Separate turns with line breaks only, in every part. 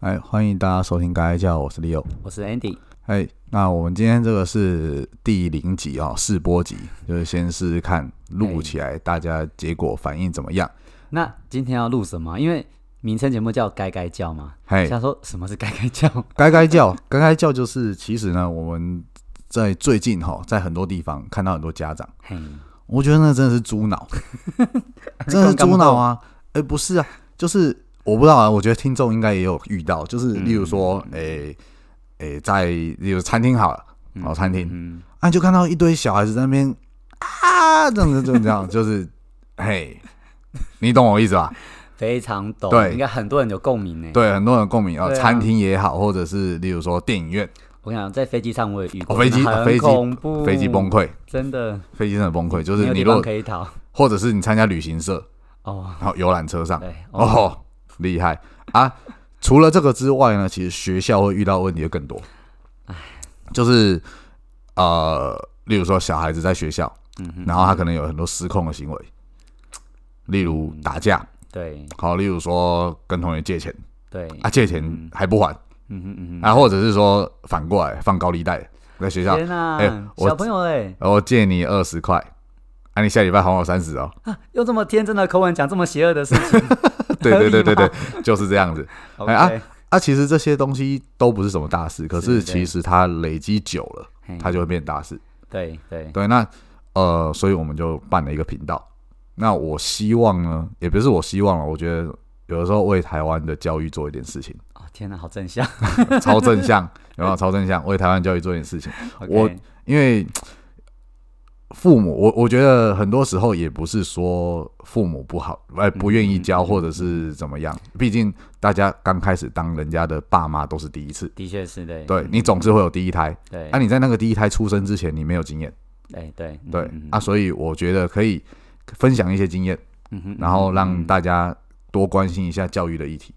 哎，欢迎大家收听《该叫》，我是 Leo。
我是 Andy。
哎，那我们今天这个是第零集啊、哦，试播集，就是先试试看录起来，大家结果反应怎么样？
那今天要录什么？因为名称节目叫“该该叫”嘛，
嘿，
想说什么是“该该叫
哎该该叫，该该叫，就是其实呢，我们在最近哈、在很多地方看到很多家长，”？
嘿，
我觉得那真的是猪脑，真的是猪脑啊！哎、不是啊，就是我不知道啊，我觉得听众应该也有遇到，就是例如说，哎、哎、在例如餐厅好了，好餐厅，
嗯，
啊，你就看到一堆小孩子在那边啊，这样子就这样，就是嘿，你懂我意思吧？
非常懂，
对
应该很多人有共鸣呢。，
对，很多人共鸣啊，
对啊
餐厅也好，或者是例如说电影院，
我跟你讲，在飞机上我也遇
哦，
过，
飞机
真的很
飞机
恐怖，
飞机崩，溃，
真的，
飞机真的崩溃，就
没
是
有
你
地
如
方
果
可以逃。
或者是你参加旅行社，
哦，
然后游览车上，
对，哦，
哦，厉害啊！除了这个之外呢，其实学校会遇到问题的更多，就是呃，例如说小孩子在学校，
嗯
然后他可能有很多失控的行为，例如打架，
对
好，例如说跟同学借钱
对，
啊，借钱还不还
嗯哼嗯
啊，或者是说反过来放高利贷，在学校
哼，天
哎
哪，
我
小朋友哎，
呃我借你二十块，啊，你下礼拜还我三十 哦，
用这么天真的口吻讲这么邪恶的事情
对对对对
合理
对，就是这样子。 哎啊
，OK，
啊，其实这些东西都不是什么大事，可是
是嗯
其实它累积久了，
嘿
它就会变大事。
对对，
对，那呃，所以我们就办了一个频道。那我希望呢，也不是我希望了，我觉得有的时候为台湾的教育做一点事情，
哦，天哪，好正向。
超正 向，有没有？超正向，为台湾教育做一点事情。我
OK，
因为父母，我我觉得很多时候也不是说父母不好，哎，不愿意
嗯
教或者是怎么样，毕竟大家刚开始当人家的爸妈都是第一次。
的确是对
对你总是会有第一胎，
对
啊，，你在那个第一胎出生之前，你没有经验，
对对
对
嗯
啊，所以我觉得可以分享一些经验，
嗯哼
然后让大家多关心一下教育的议题。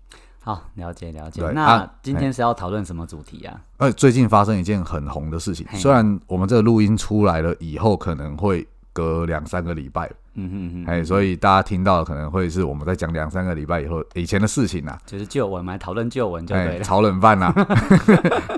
好，了解了解
对。
那
啊
今天是要讨论什么主题啊？
呃，最近发生一件很红的事情，
嘿
虽然我们这个录音出来了以后，可能会隔两三个礼拜，
嗯哼嗯哼，
哎，所以大家听到的可能会是我们在讲两三个礼拜以后以前的事情啊，
就是旧闻嘛，讨论旧闻就
哎，
对了。
炒冷饭呐，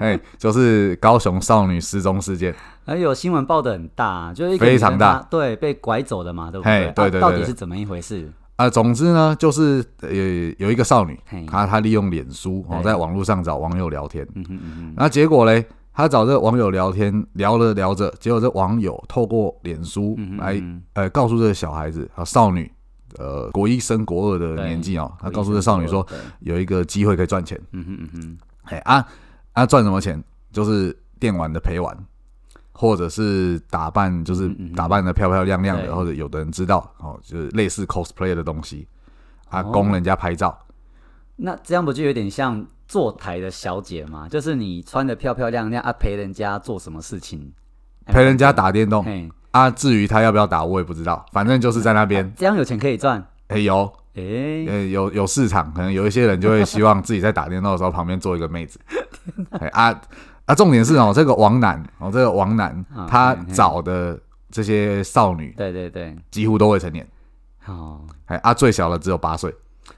哎，就是高雄少女失踪事件，
而有哎新闻报的很大，就是一个
非
女生
常大
她，对，被拐走的嘛，对不
嘿
对？
对
啊
对
到
对
底
对
是怎么一回事？
啊，总之呢，就是呃有一个少女
嘿，
她她利用脸书哦，
对
在网络上找网友聊天，
嗯哼嗯
那结果嘞，她找这个网友聊天，聊了聊着，结果这网友透过脸书
哼，
来
嗯
呃告诉这个小孩子啊少女，呃国一升国二的
对
年纪哦，
哼，
她告诉这少女说
对，
有一个机会可以赚钱，
嗯哼嗯哼，
哎啊啊赚什么钱？就是电玩的陪玩。或者是打扮，就是
嗯嗯嗯
打扮的漂漂亮亮的，
对
或者有的人知道哦，就是类似 cosplay 的东西，啊，
哦
供人家拍照，
那这样不就有点像坐台的小姐吗？就是你穿的漂漂亮亮啊，陪人家做什么事情？
陪人家打电动
哎嘿，
啊。至于他要不要打，我也不知道，反正就是在那边，
这样有钱可以赚。
哎、有
哎，
呃有有市场，可能有一些人就会希望自己在打电动的时候旁边坐一个妹 子，哎、啊啊，重点是哦，这个王楠哦，这个王楠
啊
他
嘿嘿
找的这些少女
对对对，
几乎都未成年，
哦，
哎、啊，最小的只有八岁，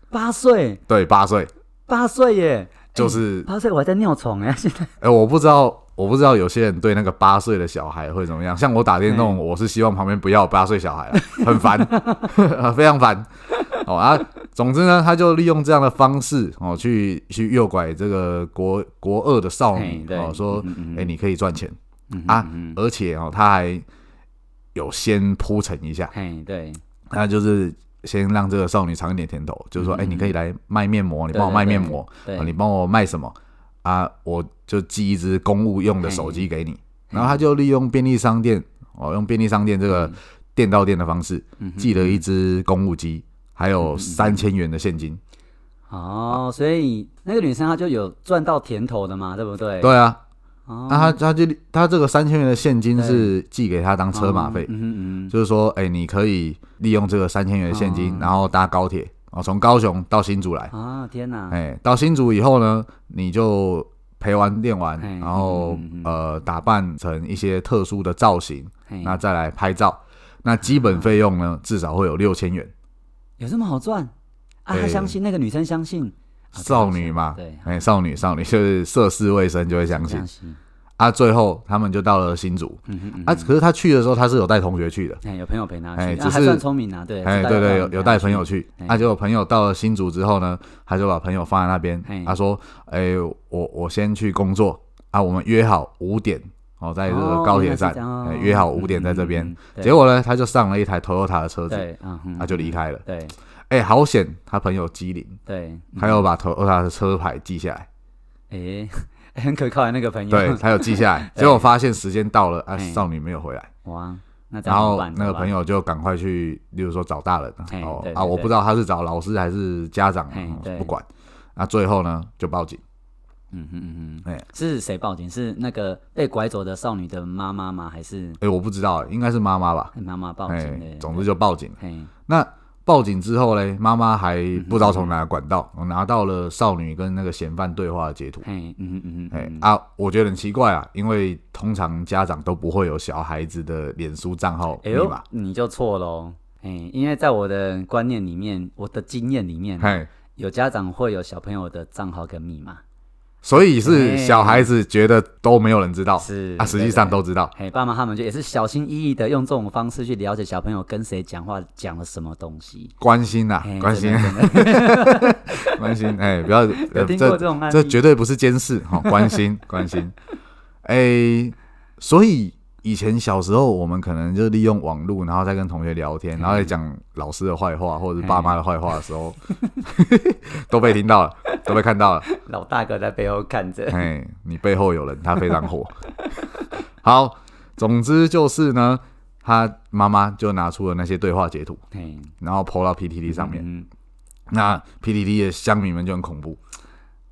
八岁，
对，八岁
八岁耶，
就是
八岁我还在尿床哎，现在
哎、我不知道。我不知道有些人对那个八岁的小孩会怎么样，像我打电
嗯
动，我是希望旁边不要有八岁小孩啊，很烦， 非常烦。哦啊，总之呢，他就利用这样的方式哦，去去诱拐这个国国二的少
嘿
女
对
哦，说
嗯嗯嗯
哎、你可以赚钱，
嗯哼
啊
嗯哼
而且哦，他还有先铺陈一下，
嘿，对，
那就是先让这个少女尝一点甜头，就是
嗯
说哎、你可以来卖面膜，你帮我
对
卖面
对
膜，
对
啊，你帮我卖什么啊？我就寄一只公务用的手机给
嗯
你。然后他就利用便利商店，哦，用便利商店这
嗯
个店到店的方式，寄了一只公务机，还有
嗯
三千元的现金。
哦，所以那个女生她就有赚到甜头的嘛，对不对？
对啊，
哦，
那他他就他这个三千元的现金是寄给他当车马费，
嗯嗯嗯，
就是说，哎，你可以利用这个三千元的现金，
哦
然后搭高铁，哦，从高雄到新竹来。
啊，天哪，
哎，到新竹以后呢，你就陪玩电玩，
嘿
然后
嗯嗯嗯哎
呃打扮成一些特殊的造型，
嘿
那再来拍照。那基本费用呢，至少会有六千元。
有这么好赚啊？
哎
她相信那个女生相信，啊
少女嘛，
对
哎、少女少女就是涉世未深就会相信
相信，
啊。最后他们就到了新竹，
嗯哼嗯
啊，可是他去的时候他是有带同学去的，
哼，哎，有朋友陪他
哎
去，
只
啊还
是
算聪明啊，对，
哎、
知道
对对，
要
有有
他
带朋友去，
哎
啊，结果朋友到了新竹之后呢，他就把朋友放在那边
哎，
他说，哎、我我先去工作啊，我们约好五点哦，在这个
哦
高
原
铁
来是
站、
这样哦
哎约好五点在这边，
嗯嗯嗯对
结果呢，他就上了一台 Toyota 的车子，
对，嗯哼，
他就离开了，
对
哎、好险，他朋友机灵，
对，嗯
他有把 Toyota 的车牌记下来。
哎， 很可靠的那个朋友，
对，他有记下 来，
对
结果发现时间到了，啊，
嘿
少女没有回来，
哇，那这
然
样怎么
后
办
那个朋，友就赶快去，例如说找大人啊，
嘿
哦
对对
啊，我
对
不知道他是找老师还是家长啊
嘿，对
不管，那最后呢就报警，
怎么办嗯哼嗯哼
哎，
是谁报警？是那个被拐走的少女的妈妈吗？还是
哎，我不知道，应该是妈妈吧，
妈妈报警
哎，
的？
总之就报警了。
嘿，
那报警之后嘞，妈妈还
嗯
不知道从哪个管道，我拿到了少女跟那个嫌犯对话的截图。
嘿，嗯哼嗯
哎
哼嗯，
啊，我觉得很奇怪啊，因为通常家长都不会有小孩子的脸书账号密
哎呦
码，，
你就错喽。哎，因为在我的观念里面，我的经验里面，
嘿，
有家长会有小朋友的账号跟密码，
所以是小孩子觉得都没有人知道，
哎是
啊，实际上
对对
都知道。
嘿，爸妈他们就也是小心翼翼的用这种方式去了解小朋友跟谁讲话，讲了什么东西。
关心呐、
嘿
啊关心，
真的真的
关心，哎、不要，
有
呃
听过
这
这种案例？
这绝对不是监视，哈、关心， 关心，哎、所以以前小时候我们可能就利用网络，然后再跟同学聊
哎
天，然后再讲老师的坏话或者是爸妈的坏话的时 候，都被听到了，都被看到了，
老大哥在背后 看着。
哎，你背后有人，他非常火。 好，总之就是呢，他妈妈就拿出了那些对话截图，
嘿，
然后 PO 到 PTT 上面。
嗯，
那 PTT 的乡民们就很恐怖。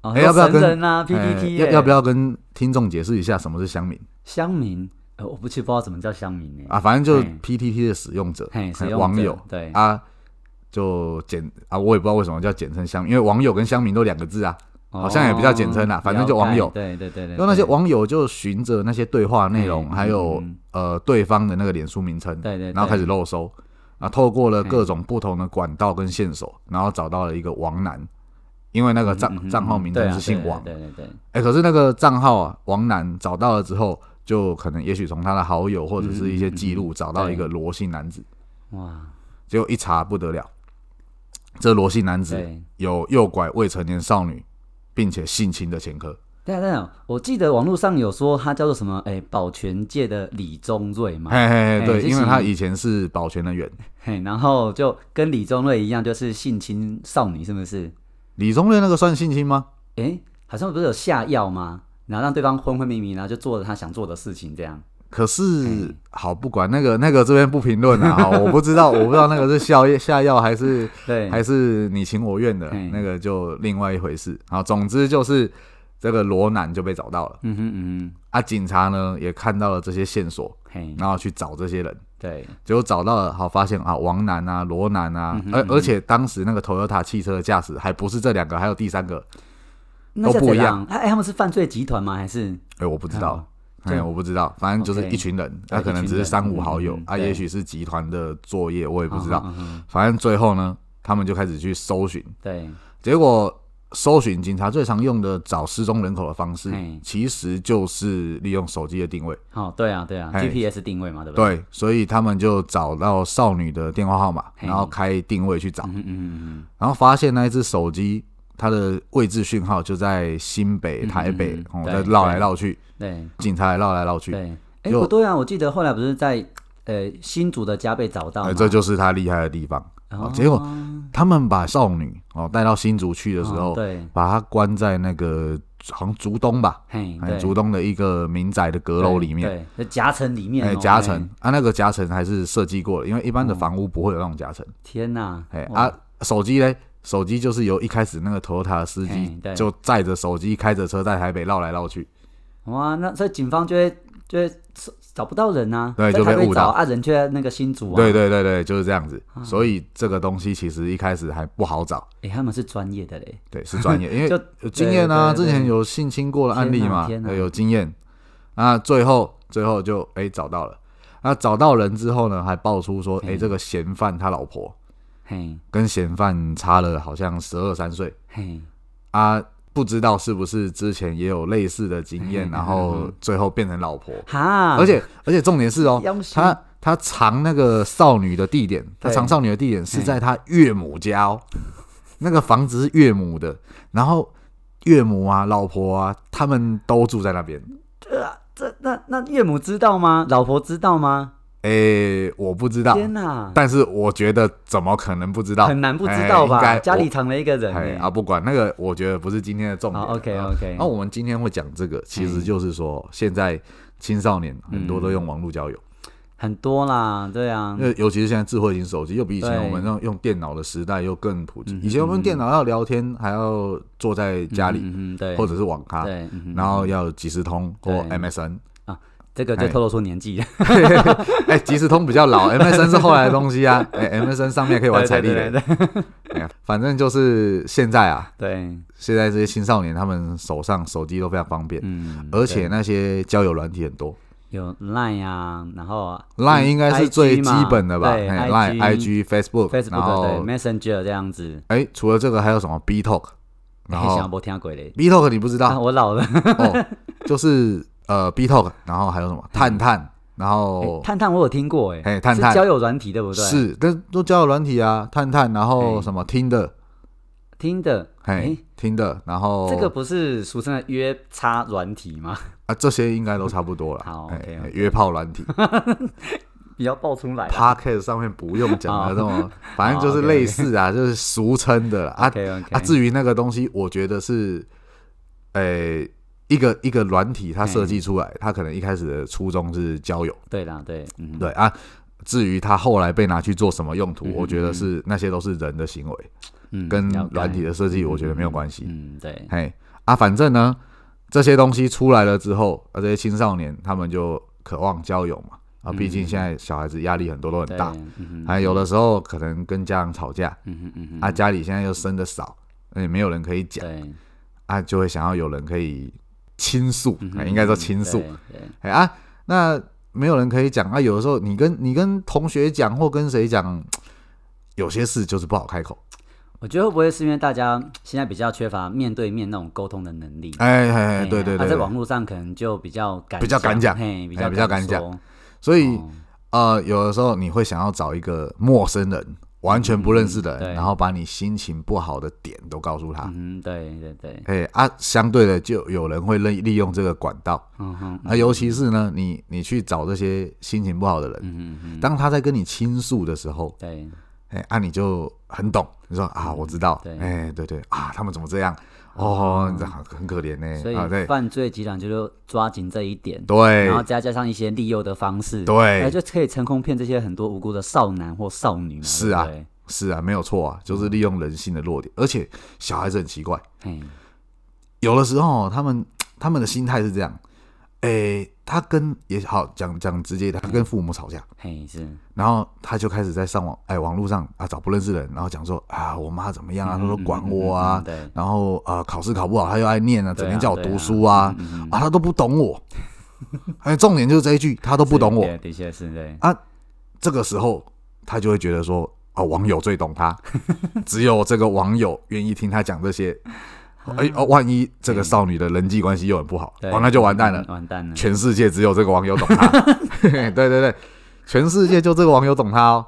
哦，
哎要不要跟
神人啊
哎
？PPT
要要不
要
要跟听众解释一下什么是乡民
乡民？呃，我不去不知道怎么叫乡民呢。
啊？反正就是
哎
PTT 的使用者、
嘿，使
哎
用
网
者
友
对
啊，就简啊，我也不知道为什么叫简称乡民，因为网友跟乡民都两个字啊。好像也比较简称啦
哦
反正就网友
了解对对对对，
然后那些
对
网友就循着那些对话内容，
哎
还有
嗯
呃对方的那个脸书名称，
对对对
然后开始漏搜啊，透过了各种不同的管道跟线索，然后找到了一个王楠，因为那个
嗯嗯
账
嗯
账号名
对
称
啊
是姓王，
对对对对，
哎，可是那个账号啊，王楠找到了之后，就可能也许从他的好友或者是一些记
嗯
录找到一个罗姓男子，
对哇，
结果一查不得了，这罗姓男子
对。
有诱拐未成年少女，并且性侵的前科，
对啊，对啊，我记得网络上有说他叫做什么，哎，保全界的李宗瑞嘛，
嘿嘿嘿，
哎
对，
这
因为
起
他以前是保全人员。
嘿，然后就跟李宗瑞一样，就是性侵少女，是不是？
李宗瑞那个算性侵吗？
诶，好像不是有下药吗？然后让对方昏昏迷迷，然后就做了他想做的事情，这样。
可是
哎
好不管那个那个这边不评论啊，好我不知道我不知道那个是下药下药还是
对，
还是你情我愿的
嘿
那个就另外一回事。好，总之就是这个罗南就被找到了
嗯哼嗯
啊，警察呢也看到了这些线索，
哼，嘿，
然后去找这些人，
对，
结果找到了，好发现啊王楠啊罗南啊
嗯，哼
而
嗯哼
而且当时那个 Toyota 汽车的驾驶还不是这两个，哎还有第三个，
那
都
是
不
怎
一样
样？哎，哎他们是犯罪集团吗？还是
哎，我不知道
哦。
哎，
就
我不知道，反正就是一
OK
群人，
对
他可能
一群
只是
人
三五好友
嗯嗯
啊，
对
也许是集团的作业，我也不知道。
嗯哼嗯哼
反正最后呢，他们就开始去搜寻，
对，
结果搜寻警察最常用的找失踪人口的方式
嘿，
其实就是利用手机的定位。
好、对啊，对啊
嘿
，GPS 定位嘛，对不对？
对，所以他们就找到少女的电话号码，
嘿
然后开定位去找
嗯，哼嗯哼嗯
然后发现那一只手机它的位置讯号就在新北、
嗯
台北
嗯，
哦
嗯，
在
对
绕来
对
绕去，
哼，
警察也绕来绕
对
去。
对，哎，
就
不对啊，我记得后来不是在呃新竹的家被找到
哎，
嘛，
这就是他厉害的地方。
哦
结果他们把少女哦带到新竹去的时
哦
候，
对，
把她关在那个好像竹东吧，
嘿，
哎
对
竹东的一个民宅的阁楼里面，
对，对，夹层里面、
哎
哦，
夹层啊，那个夹层还是设计过的，因为一般的房屋不会有那种夹层。
天呐！
哎
哇，
啊，手机嘞，手机就是由一开始那个 Toyota 的司机
哎对
就载着手机开着车在台北绕来绕去，
哇，那所以警方就会就会搜找不到人啊，
对
在
就被
台北
误
找
导
啊，人却在那个新竹啊，
对对对对，就是这样子。所以这个东西其实一开始还不好找，
哎、他们是专业的嘞，
对，是专业， 因为
就
有经验啊，
对对
之
对
前有性侵过的案例嘛，哎
天哪天哪
对有经验。那最后最后就哎、找到了，那找到人之后呢，还爆出说哎、
嗯
这个嫌犯他老婆
嘿，
跟嫌犯差了好像十二三岁
嘿，
啊，不知道是不是之前也有类似的经验，
嗯
然后最后变成老婆，
哈，
而且而且重点是哦
要，死
他他藏那个少女的地点，他
对哎
藏少女的地点是在他岳母家哦，那个房子是岳母的，然后岳母啊、老婆啊，他们都住在那边。
呃这那那岳母知道吗？老婆知道吗？
诶、我不知道，
天哪，
但是我觉得怎么可能不知道？
很难不知道
哎
吧？
应该
家里
我
藏了一个人
哎
欸、
啊，不管那个，我觉得不是今天的重点。
好，OK，
啊
OK
那、我们今天会讲这个，其实就是说，现在青少年很多都用网络交友，
很多啦，对啊
因，为尤其是现在智慧型手机，又比以前
对
我们那种用电脑的时代又更普及
嗯。哼
以前我们用电脑要聊天，还要坐在家里、
嗯嗯，对，
或者是网咖，
对，嗯哼
然后要有即时通或
对嗯
MSN。
这个就
哎
透露出年纪了，
哎、即时通比较 老，MSN 是后来的东西啊。哎、m s n 上面可以玩
对
踩地雷
对 对。对对
哎呀反正就是现在啊，
对，
现在这些青少年他们手上手机都非常方便，
嗯，
而且那些交友软体很多
有 Line 啊，然后
，Line 应该是最基
IG 嘛
本的吧嘿
对
？Line、
IG
IG、Facebook，然
Facebook
后
对 Messenger 这样子，
哎，除了这个还有什么 B Talk，然
嘿想
后
不听鬼嘞，
B Talk 你不知
啊，
道
我老了，
哦，就是呃 B Talk，然后还有什么探探，然后
哎 探嗯探我有听过哎，
嘿哦探
是
探
交友软体对不对？
是，但都交友软体啊，探探，然后
嘿
什么听的，
听的，哎
嘿，听的，然后
这个不是俗称的约叉软体吗？
啊这些应该都差不多了，
好
嘿
OK，OK
嘿约炮软 体。
不要爆出来
p o d c a s t 上面不用讲的这么，反正就是
哦哦，OK，OK
类似啊，就是俗称的啦啊
OK OK，
啊。至于那个东西，我觉得是，呃、一个一个软体它设计出来，它可能一开始的初衷是交友，
对啦对，嗯，
对啊。至于它后来被拿去做什么用途，
嗯
我觉得是那些都是人的行为，
嗯，
跟
了解
软体的设计我觉得没有关系。
嗯，对，
嘿啊，反正呢，这些东西出来了之后，啊，这些青少年他们就渴望交友嘛。啊，毕竟现在小孩子压力很多都很
嗯对
大，，啊
嗯哼
还有的时候可能跟家长吵架，
嗯哼嗯哼，
啊，家里现在又生的少，也没有人可以讲，
对，
啊，就会想要有人可以倾诉，
嗯
哎
哼
应该说
嗯
倾诉，
对，对
哎啊，那没有人可以讲啊，有的时候你跟你跟同学讲或跟谁讲，有些事就是不好开口，
我觉得会不会是因为大家现在比较缺乏面对面那种沟通的能力？
哎哎哎，
嘿
对对
啊在
对，
网络上可能就比较敢，
比较敢讲
嘿，比
哎
较
比较敢
说，
所以
哦
呃，有的时候你会想要找一个陌生人。完全不认识的
嗯对
人，然后把你心情不好的点都告诉他。
嗯，对对对，
哎啊，相对的就有人会利利用这个管道，
嗯哼，
啊，尤其是呢，你你去找这些心情不好的人，
嗯嗯，
当他在跟你倾诉的时候，
对，
哎、啊，你就很懂，你说啊，我知道，
嗯对
哎、对对啊，他们怎么这样？哦，你这样很可怜呢、
所
啊，
以
对
犯罪集团就是抓紧这一点，然后
对
再加上一些利诱的方式，哎，
对，
就可以成功骗这些很多无辜的少男或少女嘛。
是啊
对不对
是啊，没有错啊，
嗯
就是利用人性的弱点，而且小孩子很奇怪，
嘿，
有的时候他们他们的心态是这样，哎、他跟也好讲讲直接一点，他跟父母吵架。
嘿是，
然后他就开始在上网，哎，网络上啊找不认识的人，然后讲说啊，我妈怎么样啊，她说管我啊，
嗯嗯嗯
然后啊、呃考试考不好，他又爱念啊，
对
整
啊
天叫我读书啊，
对啊嗯嗯嗯
啊，他都不懂我， 哎，重点就是这一句，他都不懂我
对，的确是对，
啊，这个时候他就会觉得说啊，网友最懂他， 只有这个网友愿意听他讲这些，哎哦，万一这个少女的人际关系又很不好，
对
哦，那就完蛋了
嗯，完蛋了，
全世界只有这个网友懂他。 对对对，全世界就这个网友懂他哦。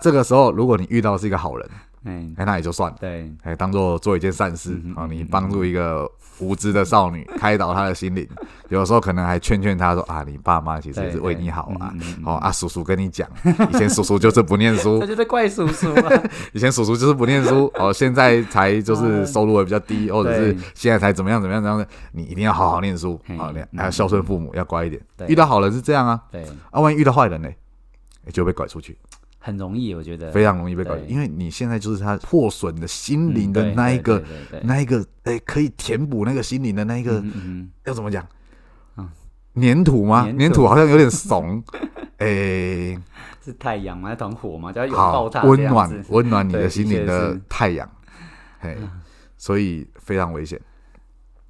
这个时候，如果你遇到是一个好人，
哎，
哎，那也就算了，
对，
哎，当做做一件善事
嗯哼
啊，你帮助一个无知的少女，开导她的心灵，有的时候可能还劝劝她说啊，你爸妈其实也是为你好啊
对对嗯嗯。嗯
哦啊，叔叔跟你讲，以前叔叔就是不念书
这，就是怪叔叔 啊。
以前叔叔就是不念书，哦，现在才就是收入也比较低，或者是
嗯对
现在才怎么样怎么样怎么样，你一定要好好念书，
嘿
好，你
嗯
还要孝顺父母，要乖一点。
对
遇到好人是这样啊，
对，
啊，万一遇到坏人呢、欸就被拐出去，
很容易，我觉得
非常容易被拐出去，
对
因为你现在就是他破损的心灵的
嗯
那一个，
对对对对对
那一个，哎、可以填补那个心灵的那一个，
嗯嗯
要怎么讲
嗯？
粘土吗？
粘土
粘土好像有点 怂，哎、
嗯是太阳嘛，那团火嘛，就要拥
好
抱它，
温
这样
暖
子
温暖你的
对
心灵
的确
的
是嗯
太阳，嘿，所以非常危险。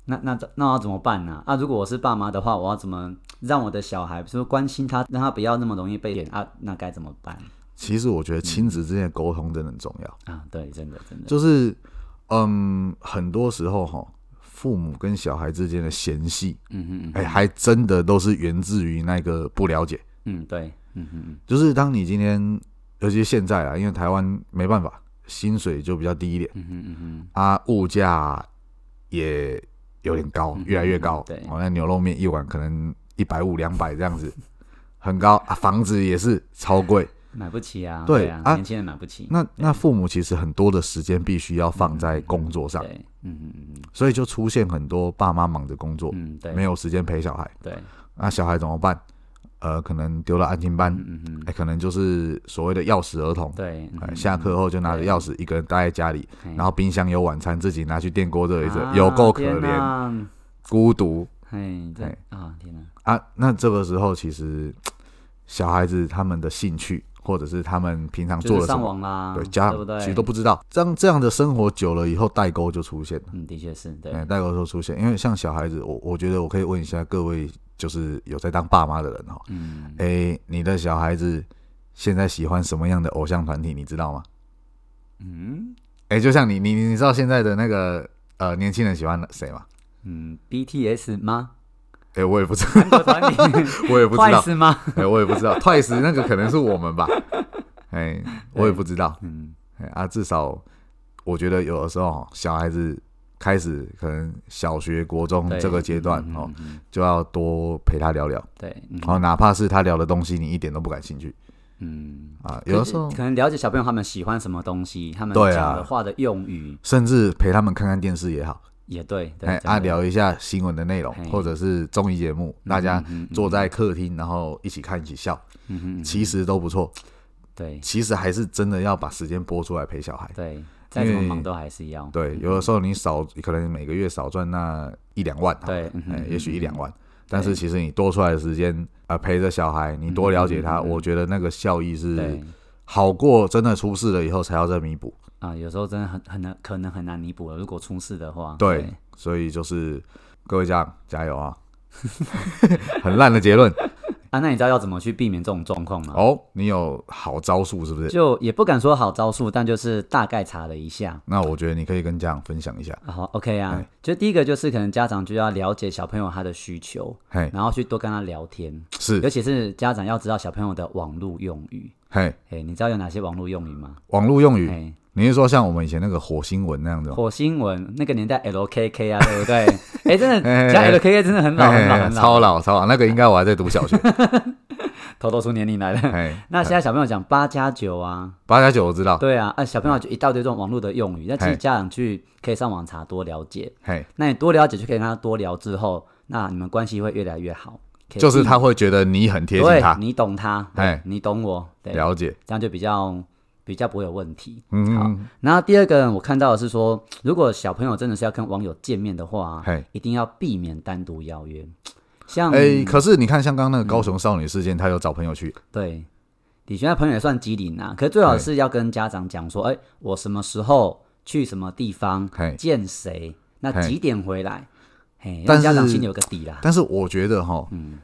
那那那我要怎么办呢、啊？如果我是爸妈的话，我要怎么让我的小孩，比如说关心他，让他不要那么容易被点啊？那该怎么办嗯
其实我觉得亲子之间的沟通真的很重要，
啊？对，真的真的，
就是嗯，很多时候哈，父母跟小孩之间的嫌隙，
嗯哼嗯
哎、还真的都是源自于那个不了解。
嗯，对，嗯哼嗯
就是当你今天，尤其是现在啊，因为台湾没办法，薪水就比较低一点
嗯哼嗯哼，
啊，物价也有点高，越来越高。
嗯对
哦，那牛肉面一碗可能一百五、两百这样子，很高啊。房子也是超 贵。
买不起啊，
对
啊，
啊
年轻人买不起，
那那父母其实很多的时间必须要放在工作上，
对，嗯哼嗯哼
所以就出现很多爸妈忙着工作，
嗯，对，
没有时间陪小孩。
对，
那小孩怎么办？呃，可能丢了安亲班，
嗯哼
哎、可能就是所谓的钥匙儿童。
对，嗯
哎，
哼
下课后就拿着钥匙一个人待在家里，
嘿
然后冰箱有晚餐，自己拿去电锅热一热，
啊
有够可
天
怜、
哪
孤独
嘿，这
嘿
啊，天哪，
啊。那这个时候，其实小孩子他们的兴趣，或者是他们平常
就
做了
是
什
上
么，
网啦，
对家
不
长
对？
其实都不知道。这样这样的生活久了以后，代沟就出现了。
嗯，的确是对，
哎，代沟就出现，因为像小孩子，我我觉得我可以问一下各位，就是有在当爸妈的人哈，哦
嗯，
哎，你的小孩子现在喜欢什么样的偶像团体，你知道吗？
嗯
哎、就像你你你知道现在的那个呃年轻人喜欢谁吗？
嗯，BTS 吗？
哎、我也不知道，
韩国团体
我也不知道，
Twice 吗？
哎、我也不知道，Twice 那个可能是我们吧，哎、我也不知道，
嗯，
哎、啊，至少我觉得有的时候哦小孩子开始可能小学、国中
对
这个阶段
嗯
哦，
嗯嗯
就要多陪他聊聊，
对，嗯
然后哪怕是他聊的东西你一点都不感兴趣
嗯，
啊，有的时候
可能了解小朋友他们喜欢什么东西，他们
对啊
讲的话的用语
甚至陪他们看看电视也好，
也对，对
哎，
真
啊，
的
聊一下新闻的内容
嘿，
或者是综艺节目，大家坐在客厅，然后一起看，一起笑，
嗯哼嗯
其实都不错。
对
其实还是真的要把时间拨出来陪小孩。
对，再怎么
因为
忙都还是要
对，有的时候你少，可能每个月少赚那一两万，
对，嗯
哎，
哼
也许一两万，但是其实你多出来的时间啊、呃陪着小
嗯
孩，你多了解他，我觉得那个效益是
对
好过真的出事了以后才要再弥补。
啊，有时候真的很很难，可能很难弥补了。如果出事的话，
对，所以就是各位家长加油 啊！很烂的结论
啊，那你知道要怎么去避免这种状况吗？
哦，你有好招数是不是？
就也不敢说好招数，但就是大概查了一下。
那我觉得你可以跟家长分享一下。
好、o k 啊
哎，
就第一个就是可能家长就要了解小朋友他的需求，
嘿，
然后去多跟他聊天，尤
哎是
其是家长要知道小朋友的网络用语。
嘿，
哎、你知道有哪些网络用语吗？
网络用语，
哎、
你是说像我们以前那个火星文那样子吗？
火星文那个年代 LKK 啊，对不对？哎、真
哎
的讲 LKK 真的很老很老很
超
老，
老超老，那个应该我还在读小学。
偷偷出年龄来了。
哎，
那现在小朋友讲八加九啊，
八加九我知道。
对啊，啊，小朋友就一大堆这种网络的用语，那其
嘿
实家长去可以上网查多了解，
嘿，
那你多了解就可以跟他多聊之后，那你们关系会越来越好。可以
就是
避
他会觉得你很贴近
对
他，
你懂他，
嘿
对，你懂我，对，这
了解。
样就比较比较不会有问题。
嗯，
然后第二个我看到的是说，如果小朋友真的是要跟网友见面的话啊，
嘿，
一定要避免单独邀约，像、
哎，可是你看，像刚刚那个高雄少女事件，他有找朋友去，
对，的确，那朋友也算机灵啊。可是最好是要跟家长讲说，哎、我什么时候去什么地方
嘿
见谁，那
嘿
几点回来，嘿，
但
让家长
是
心里有个底 啦。
但是我觉得哈，
嗯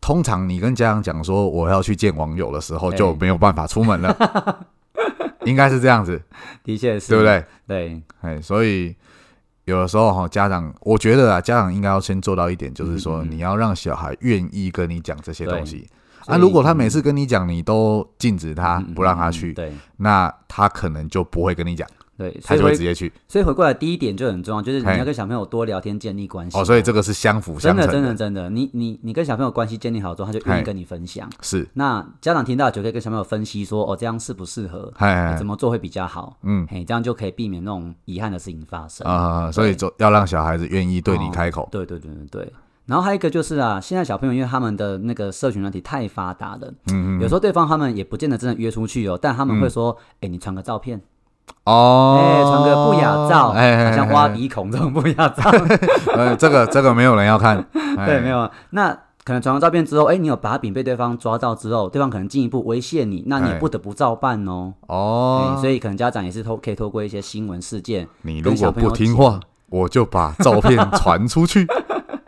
通常你跟家长讲说我要去见网友的时候，就
哎
没有办法出门了， 应该是这样子，
的确是，
对不？对？
对，
哎，所以有的时候哈，家长我觉得啊，家长应该要先做到一点，就是说
嗯
你要让小孩愿意跟你讲这些东西。
所
啊，
以嗯
如果他每次跟你讲，你都禁止他不让他去，
对
那他可能就不会跟你讲，
对，
他
所以
就会直
回
接去。
所以回过来第一点就很重要，就是你
嘿
要跟小朋友多聊天，建立关系啊。
哦，所以这个是相辅
真
相
的
成
真的真的，你你你跟小朋友关系建立好之后，他就愿
嘿
意跟你分享。
是，
那家长听到就可以跟小朋友分析说，哦，这样适不适合，
哎哎
怎
哎
么做会比较好，
嗯
嘿，这样就可以避免那种遗憾的事情发生。
啊，所以就要让小孩子愿意对你
哦
开口。
对对对对对。然后还有一个就是啊，现在小朋友因为他们的那个社群软体太发达了，嗯嗯，有时候对方他们也不见得真的约出去哦，但他们会说，哎、你传个照片，哎、
嗯哦，
传个不雅照，
哎哎哎
好像挖鼻孔这种不雅照，
呃，这个这个没有人要看，
对，没
有，
有。啊那可能传完照片之后，哎、你有把柄被对方抓到之后，对方可能进一步威胁你，那你也
哎
不得不照办哦。 哎、
哦，
所以可能家长也是透可以透过一些新闻事件
你如
跟
果
小朋友
不听话， 我就把照片传出去，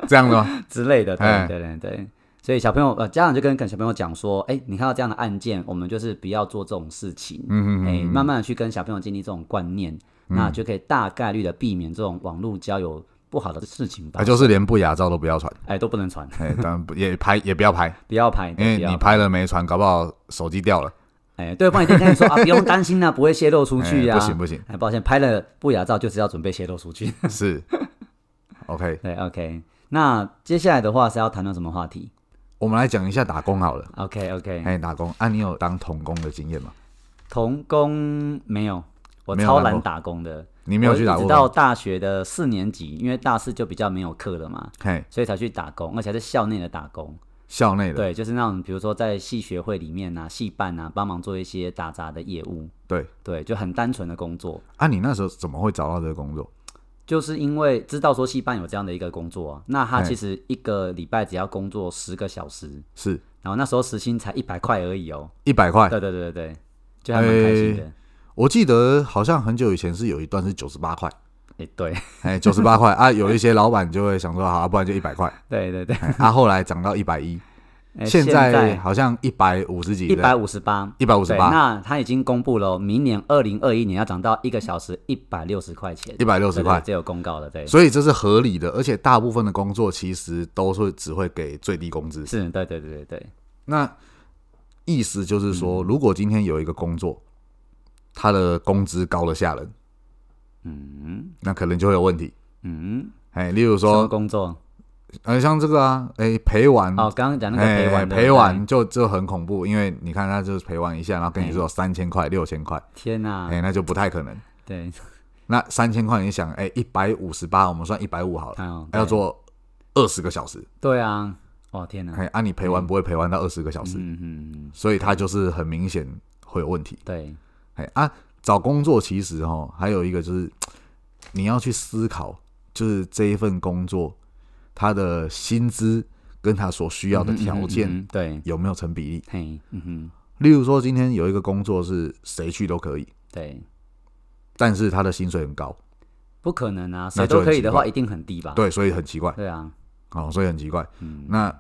这样的吗？
之类的，
哎
对对对对。所以小朋友呃，家长就跟跟小朋友讲说，哎、你看到这样的案件，我们就是不要做这种事情，嗯嗯，哎、慢慢的去跟小朋友建立这种观念，
嗯
那就可以大概率的避免这种网络交友不好的事情吧
啊，。就是连不雅照都不 要传，
哎、都不能传，
哎，当然不也拍也不要 拍，
不要拍，
因
对
为
不要
哎你拍了没传，搞不好手机掉了，
哎，对方一定跟你说啊，不用担心啦、不会泄露出去呀、
哎不行哎不 行，
哎，抱歉，拍了不雅照就是要准备泄露出去。
是，OK，
对，OK。那接下来的话是要谈论什么话题
我们来讲一下打工好了，
？OK OK，、
哎，打工，啊，你有当童工的经验吗？
童工没有，我
没有
超
打
懒
过
打工的。
你没有去打
我
过
一直到
工？
大学的四年级，因为大四就比较没有课了嘛，
嘿，
所以才去打工，而且还是校内的打工。
校内的，
对，就是那种比如说在系学会里面啊、系办啊，帮忙做一些打杂的业务。
对，
对，就很单纯的工作，
啊，你那时候怎么会找到这个工作？
就是因为知道说系办有这样的一个工作啊，那他
哎
其实一个礼拜只要工作十个小时，
是
然后那时候时薪才一百块而已哦。
一百块，
对对对对对，就还蛮开心
哎
的。
我记得好像很久以前是有一段是九十八块，
哎、对
哎，九十八块啊，有一些老板就会想说，好，不然就一百块，
对对对，
哎啊，后来涨到一百一，
哎
现在
在
好像一百五十几，
一百五十八。
一百五十
对，
八，
那他已经公布了哦，明年二零二一年要涨到一个小时一百六十块钱，
一百六
对
十
对
块，
这有公告的，对，
所以这是合理的，而且大部分的工作其实都是只会给最低工资。
是，对对对对对，
那意思就是
嗯
说，如果今天有一个工作，他的工资高了吓人，嗯，那可能就会有问题。
嗯，
哎，例如
什么
说，
工作？
呃，像这个啊，哎，陪玩，
哦，刚刚讲那个
哎
陪玩的，
陪
对，
玩就就很恐怖，因为你看他就是陪玩一下，然后跟你说三千块、六千块，
天哪，
哎，那就不太可能。
对，
那三千块，你想，哎，一百五十八，我们算一百五好了，
看哦，
要
对，
做二十个小时。
对啊，哦天哪，
哎，啊，你陪玩不会陪玩到二十个小时，
嗯嗯嗯，
所以他就是很明显会有问题。
对，
哎啊，找工作其实哈，还有一个就是你要去思考，就是这一份工作他的薪资跟他所需要的条
嗯
件
嗯嗯对，
有没有成比例。
嘿，嗯哼，
例如说，今天有一个工作是谁去都可以，
对，
但是他的薪水很高，
不可能啊，
那
谁
就
都
很
可以
奇
的
怪
话，一定很低吧？
对，所以很奇怪
对啊，
哦，所以很奇怪。
嗯
那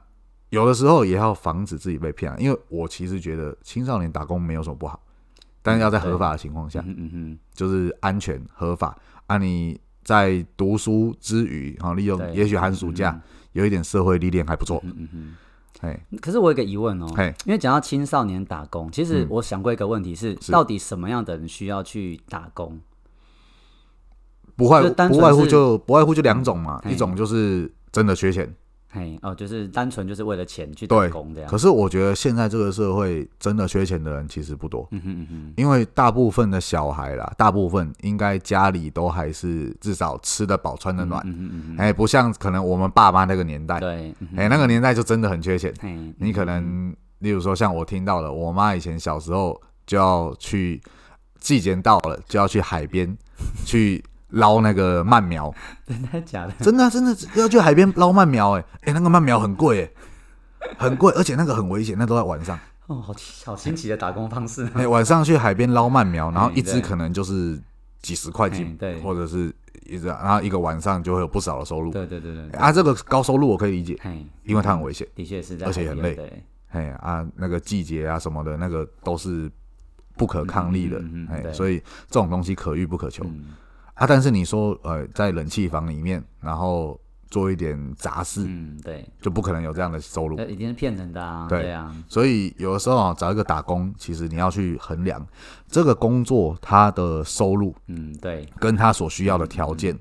有的时候也要防止自己被骗啊，因为我其实觉得青少年打工没有什么不好，但是要在合法的情况下，
嗯嗯嗯，
就是安全合法啊。你在读书之余，啊，利用
对嗯
也许寒暑假有一点社会历练还不错。哎，
可是我有一个疑问嗯哦，
嘿，
因为讲到青少年打工，其实我想过一个问题是，
嗯是
到底什么样的人需要去打工？
不外
就单纯
不外乎
是嗯
就不外乎就两种嘛，
嘿
一种就是真的缺钱，
嘿，哦，就是单纯就是为了钱去打
对
工这样。
可是我觉得现在这个社会真的缺钱的人其实不多，
嗯哼嗯哼，
因为大部分的小孩啦，大部分应该家里都还是至少吃得饱、穿得暖，
嗯哼嗯
哎，不像可能我们爸妈那个年代
哼，，对，嗯哼
哎，那个年代就真的很缺钱。
嘿，
你可能，例如说像我听到的，我妈以前小时候就要去季节到了就要去海 边去捞那个鳗苗，
真的假的？
真的啊真的要去海边捞鳗苗、欸，哎、那个鳗苗很贵、欸，很贵，而且那个很危险，那都在晚上，
哦，好好新奇的打工 方式。啊
哎、晚上去海边捞鳗苗，然后一只
对
可能就是几十块几
哎，对
或者是一只，然后一个晚上就会有不少的收入。
对对对对，对
啊，这个高收入我可以理解，
嘿，
因为它很危险。
的确是在
而
海
且
边，
很累
对，
嘿啊，那个季节啊什么的，那个都是不可抗力的
嗯嗯嗯，嗯
哎，
对
所以这种东西可遇不可求
嗯
啊。但是你说，呃，在冷气房里面，然后做一点杂事，
嗯，对，
就不可能有这样的收入
那。一定是骗人的啊，
对
对啊，
所以有的时候啊，找一个打工，其实你要去衡量这个工作它的收入
嗯，对
跟它所需要的条
嗯
件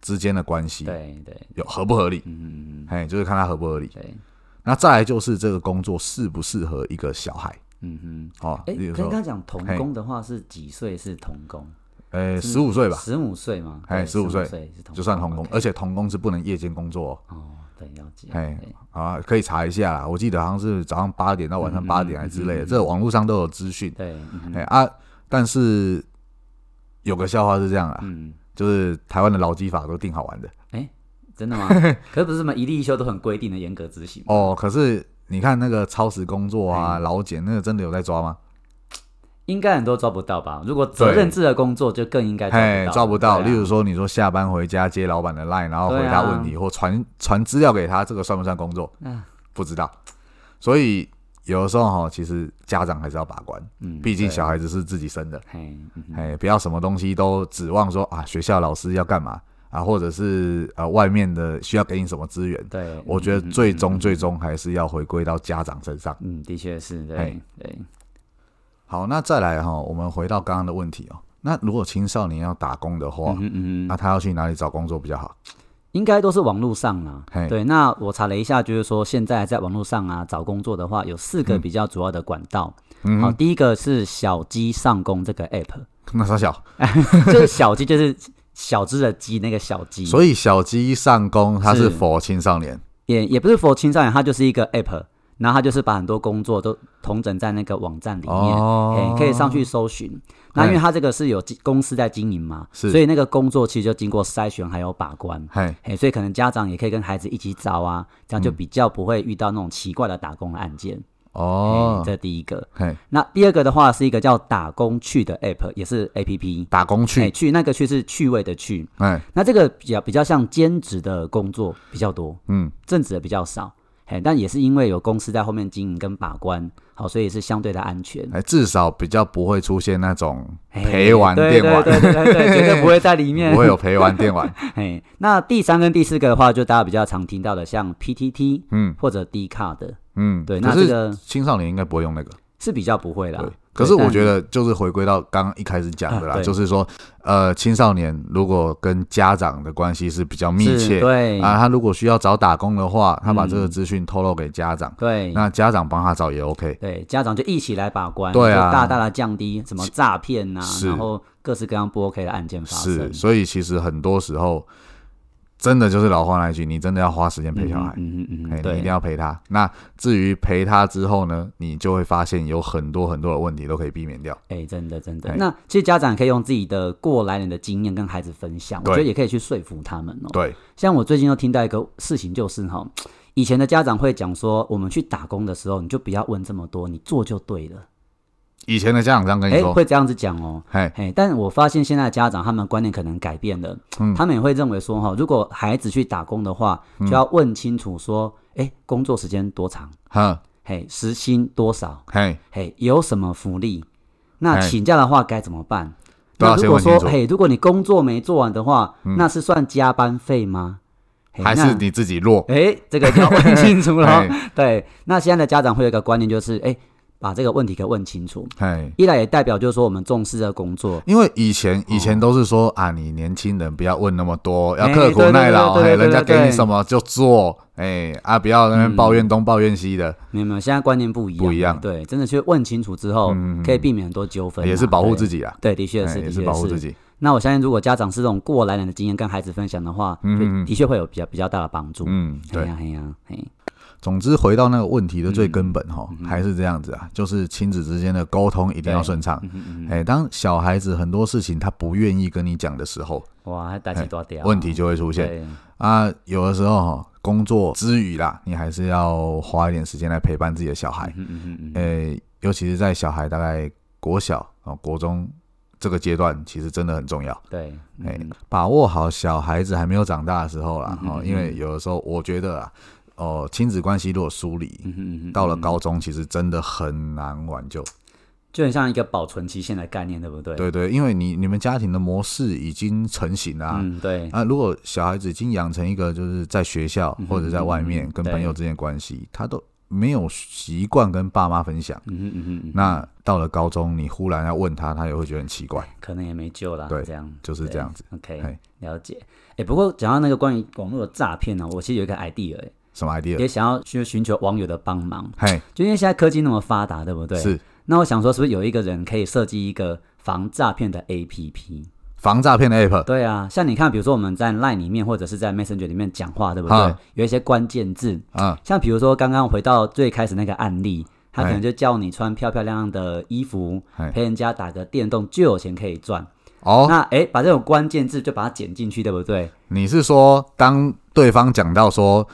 之间的关系
对对，
有合不合理，
嗯嗯嗯
哎，就是看它合不合理。
对，
那再来就是这个工作适不适合一个小孩
嗯嗯。
哦，
哎，
例如
可刚
说，
刚讲童
嘿
工的话是几岁是童工？
呃，十五岁吧，
十五岁吗？
哎
对
15
15
岁
岁是童
就算童工，
OK
而且童工是不能夜间工作哦、
哦，对，了解。
哎
对
啊，可以查一下啦。我记得好像是早上八点到晚上
嗯
八点还之类的，这网络上都有资讯。
对，嗯哼
哎啊，但是有个笑话是这样啊，
嗯，
就是台湾的劳基法都定好玩的
真 的吗？可是不是什么一例一休都很规定的严格执行吗？
哦，可是你看那个超时工作啊、劳检那个真的有在抓吗？
应该很多抓不到吧？如果责任制的工作，就更应该
嘿，抓不到。
对啊
例如说，你说下班回家接老板的 line，然后回
对
答
啊
问题、或传传资料给他，这个算不算工作？
嗯
不知道。所以有的时候哈，其实家长还是要把关，
嗯，
毕竟
对
小孩子是自己生的，
嘿，嗯哼
哎，不要什么东西都指望说啊，学校老师要干嘛啊，或者是呃外面的需要给你什么资源。
对，
我觉
嗯
得最终最终还是要回归到家长身上。
嗯，的确是对
嘿
对，
好，那再来哈、我们回到刚刚的问题哦。那如果青少年要打工的话，
嗯哼嗯
那、
哼，
他要去哪里找工作比较好？
应该都是网络上啦。
嘿
对，那我查了一下，就是说现在在网络上啊找工作的话，有四个比较主要的管道。
嗯
好，第一个是小鸡上工这个 app，
那他小，
就是小鸡就是小只的鸡那个小鸡，
所以小鸡上工它
嗯是
是否青少年？
也也不是 for 青少年，它就是一个 app，然后它就是把很多工作都统整在那个网站里面。哎、
哦
可以上去搜寻。那因为它这个是有经公司在经营嘛，
是
所以那个工作其实就经过筛选还有把关。
嘿，
哎、所以可能家长也可以跟孩子一起找啊，这样就
嗯
比较不会遇到那种奇怪的打工的案件。
哦
嘿，这第一个。
嘿，
那第二个的话是一个叫打工去的 app，也是 app。
打工
哎，
去，
去那个去是趣味的去，
哎，
那这个比较比较像兼职的工作比较多，
嗯，
正职的比较少。嘿，但也是因为有公司在后面经营跟把关，好，所以是相对的安全。
哎，至少比较不会出现那种
嘿
陪玩电玩，
对对对对对，绝对不会在里 面。
不会有陪玩电 玩。
嘿，那第三跟第四个的话，就大家比较常听到的，像 PTT
嗯
或者 D 卡的，
嗯，
对
可
那这个
是青少年应该不会用那个。
是比较不会啦
对。，可是我
但
觉得就是回归到刚刚一开始讲的
啊
啦，
对
就是说，呃，青少年如果跟家长的关系是比较密
是
切，
对
啊，他如果需要找打工的话，他把
嗯
这个资讯透露给家长，
对
那家长帮他找也 OK。
对，家长就一起来把关，
对啊
就大大的降低什么诈骗呐，
是
然后各式各样不 OK 的案件发生
是，。
嗯
所以其实很多时候，真的就是老话那一句，你真的要花时间陪
嗯
小孩。
嗯嗯嗯
哎，你
嗯，
一定
对，
要陪他。那至于陪他之后呢，你就会发现有很多很多的问题都可以避免掉。
哎，真的真的
哎。
那其实家长可以用自己的过来人的经验跟孩子分享，我
对
觉得也可以去说服他们哦。
对，
像我最近又听到一个事情，就是哈，以前的家长会讲说，我们去打工的时候，你就不要问这么多，你做就对了。
以前的家长这样跟你
哎，
说，
会这样子讲哦。
嘿，
哎，但我发现现在的家长他们观念可能改变了，
嗯
他们也会认为说哈，如果孩子去打工的话，就要问清楚说，哎，工作时间多长？
哼，
嘿，时薪多少？
嘿，
嘿，有什么福利？
嘿
那请假的话该怎么办？
都
那
要
如
先
果
问
说
清楚，
嘿，如果你工作没做完的话，那是算加班费吗？嘿
嗯还
那
是你自己弱？
哎，这个就要问清楚了
嘿。
对，那现在的家长会有一个观念，就是哎，把这个问题给问清楚。
嘿，
一来也代表就是说我们重视这个工作，
因为以
哦
前以前都是说啊，你年轻人不要问那么多，要
哎
刻苦耐劳，
对
嘿，
对对对对
人家给
对
你什么就做，哎啊，不要在那边抱怨东抱怨西的，
没有没有，现在观念不一样，
不一样嗯
对，真的去问清楚之后，可以避免很多纠纷啊，
也是保护自
己。
己啦，
对，的确
哎
是，的
也
确
是保护自。己。
那我相信，如果家长是这种过来人的经验跟孩子分享的话，嗯，的确会有比较比较大的帮助。
嗯，
哎
对。
呀，哎呀，嘿，
总之，回到那个问题的最根本哈，
嗯
还是这样子啊，就是亲子之间的沟通一定要顺
嗯
畅。哎，当小孩子很多事情他不愿意跟你讲的时候，
哇，还打起多屌，
哎问题就会出现。
对，
啊，有的时候哈，工作之余啦，你还是要花一点时间来陪伴自己的小孩。
嗯嗯嗯嗯，
呃，尤其是在小孩大概国小啊、哦国中这个阶段，其实真的很重要。
对，
哎、
嗯
把握好小孩子还没有长大的时候啦，哦，因为有的时候我觉得啊，哦，亲子关系如果疏离，
嗯嗯嗯，
到了高中其实真的很难挽救。
就很像一个保存期限的概念，对不对？，
对对，因为你你们家庭的模式已经成型啦、
嗯，对，
啊，如果小孩子已经养成一个就是在学校
嗯
或者在外面跟
对
朋友之间的关系，他都没有习惯跟爸妈分享，
嗯嗯嗯嗯，
那到了高中，你忽然要问他，他也会觉得很奇怪，
可能也没救了，
对
这样
就是这样子。
OK，
嘿
了解。哎、不过讲到那个关于网络的诈骗呢，我其实有一个 idea，、欸、
什么 idea？
也想要去寻求网友的帮忙，
嘿，
就因为现在科技那么发达，对不对？。
是
那我想说，是不是有一个人可以设计一个防诈骗的 APP？
防诈骗的 app，
对啊，像你看，比如说我们在 LINE 里面或者是在 Messenger 里面讲话，对不对
啊？
有一些关键字，
嗯，
像比如说刚刚回到最开始那个案例，他可能
哎
就叫你穿漂漂亮亮的衣服，
哎
陪人家打个电动就有钱可以赚。
哦，
那哎，把这种关键字就把它剪进去，对不对？
你是说当对方讲到说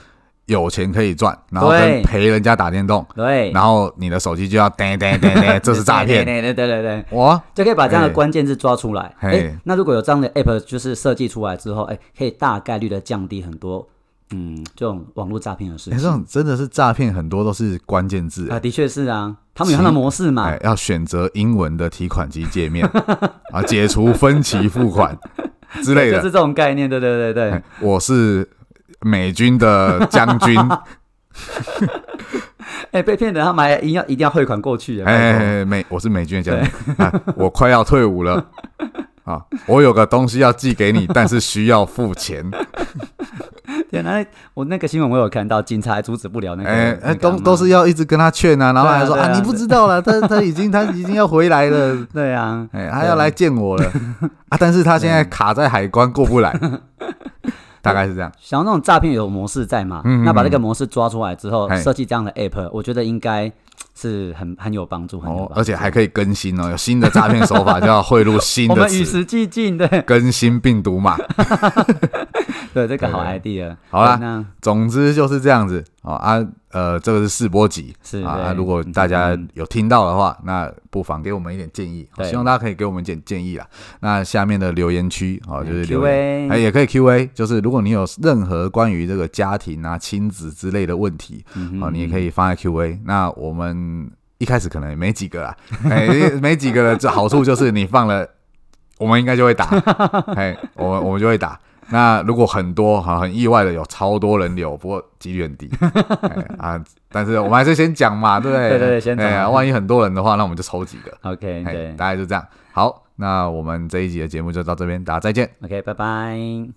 有钱可以赚，然后
对
跟陪人家打电动，
对，
然后你的手机就要叮叮叮 叮，这是诈骗，
对对对对对，
哇，
就可以把这样的
哎
关键字抓出来。
嘿
哎，那如果有这样的 app 就是设计出来之后，哎，可以大概率的降低很多嗯这种网络诈骗的事
哎、这
情
种真的是诈骗，很多都是关键字、
啊，的啊确是啊，他们有他的模式嘛，
哎，要选择英文的提款机界 面啊，解除分期付款之类
就
的。
是这种概念，对对对对，
哎我是美军的将 军，
哎、被骗的他们还一定要一定要汇款过去耶，
哎
拜
哎，
托
哎美我是美军的将军，哎，我快要退伍 了。啊，我有个东西要寄给你，但是需要付钱。
天哪！我那个新闻我有看到，警察还阻止不 了那个，
哎
那
哎，
个
都
阿嬷
都是要一直跟他劝啊，然后还说
对啊对啊
啊，你不知道了，他他已经他已经要回来了，
对啊，
哎，他要来见我 了啊，但是他现在卡在海关过不来， 大概是这样。
想要那种诈骗有模式在嘛，
嗯嗯
那把这个模式抓出来之后，
嘿
设计这样的 app，我觉得应该是很很有帮助，很有帮
哦
助，
而且还可以更新哦，有新的诈骗手法就要贿�赂新
我
的
们与
词，
时俱进，对
更新病毒码。
对，这个好
对
idea。
好啦
对那
总之就是这样子哦啊，呃，这个是试播集
是
啊
对
啊，如果
嗯
大家
嗯
有听到的话，那不妨给我们一点建议，哦
对
希望大家可以给我们一点建议啦。那下面的留言区哦，就是留言。
Q&A，
哎，也可以 Q&A，就是如果你有任何关于这个家庭啊、亲子之类的问题，
嗯
哦，
哼
你也可以放在 Q&A。那我们一开始可能也没几个啦，哎，没几个的这好处就是你放了，我们应该就会打，哎，我们我们就会打。那如果很多哈，很意外的有超多人流，不过几率很低、哎啊。但是我们还是先讲嘛，对不对？
对对对先讲
哎呀万一很多人的话，那我们就抽几个。
OK
哎，
对
大概就这样。好，那我们这一集的节目就到这边，大家再见。
OK，拜拜。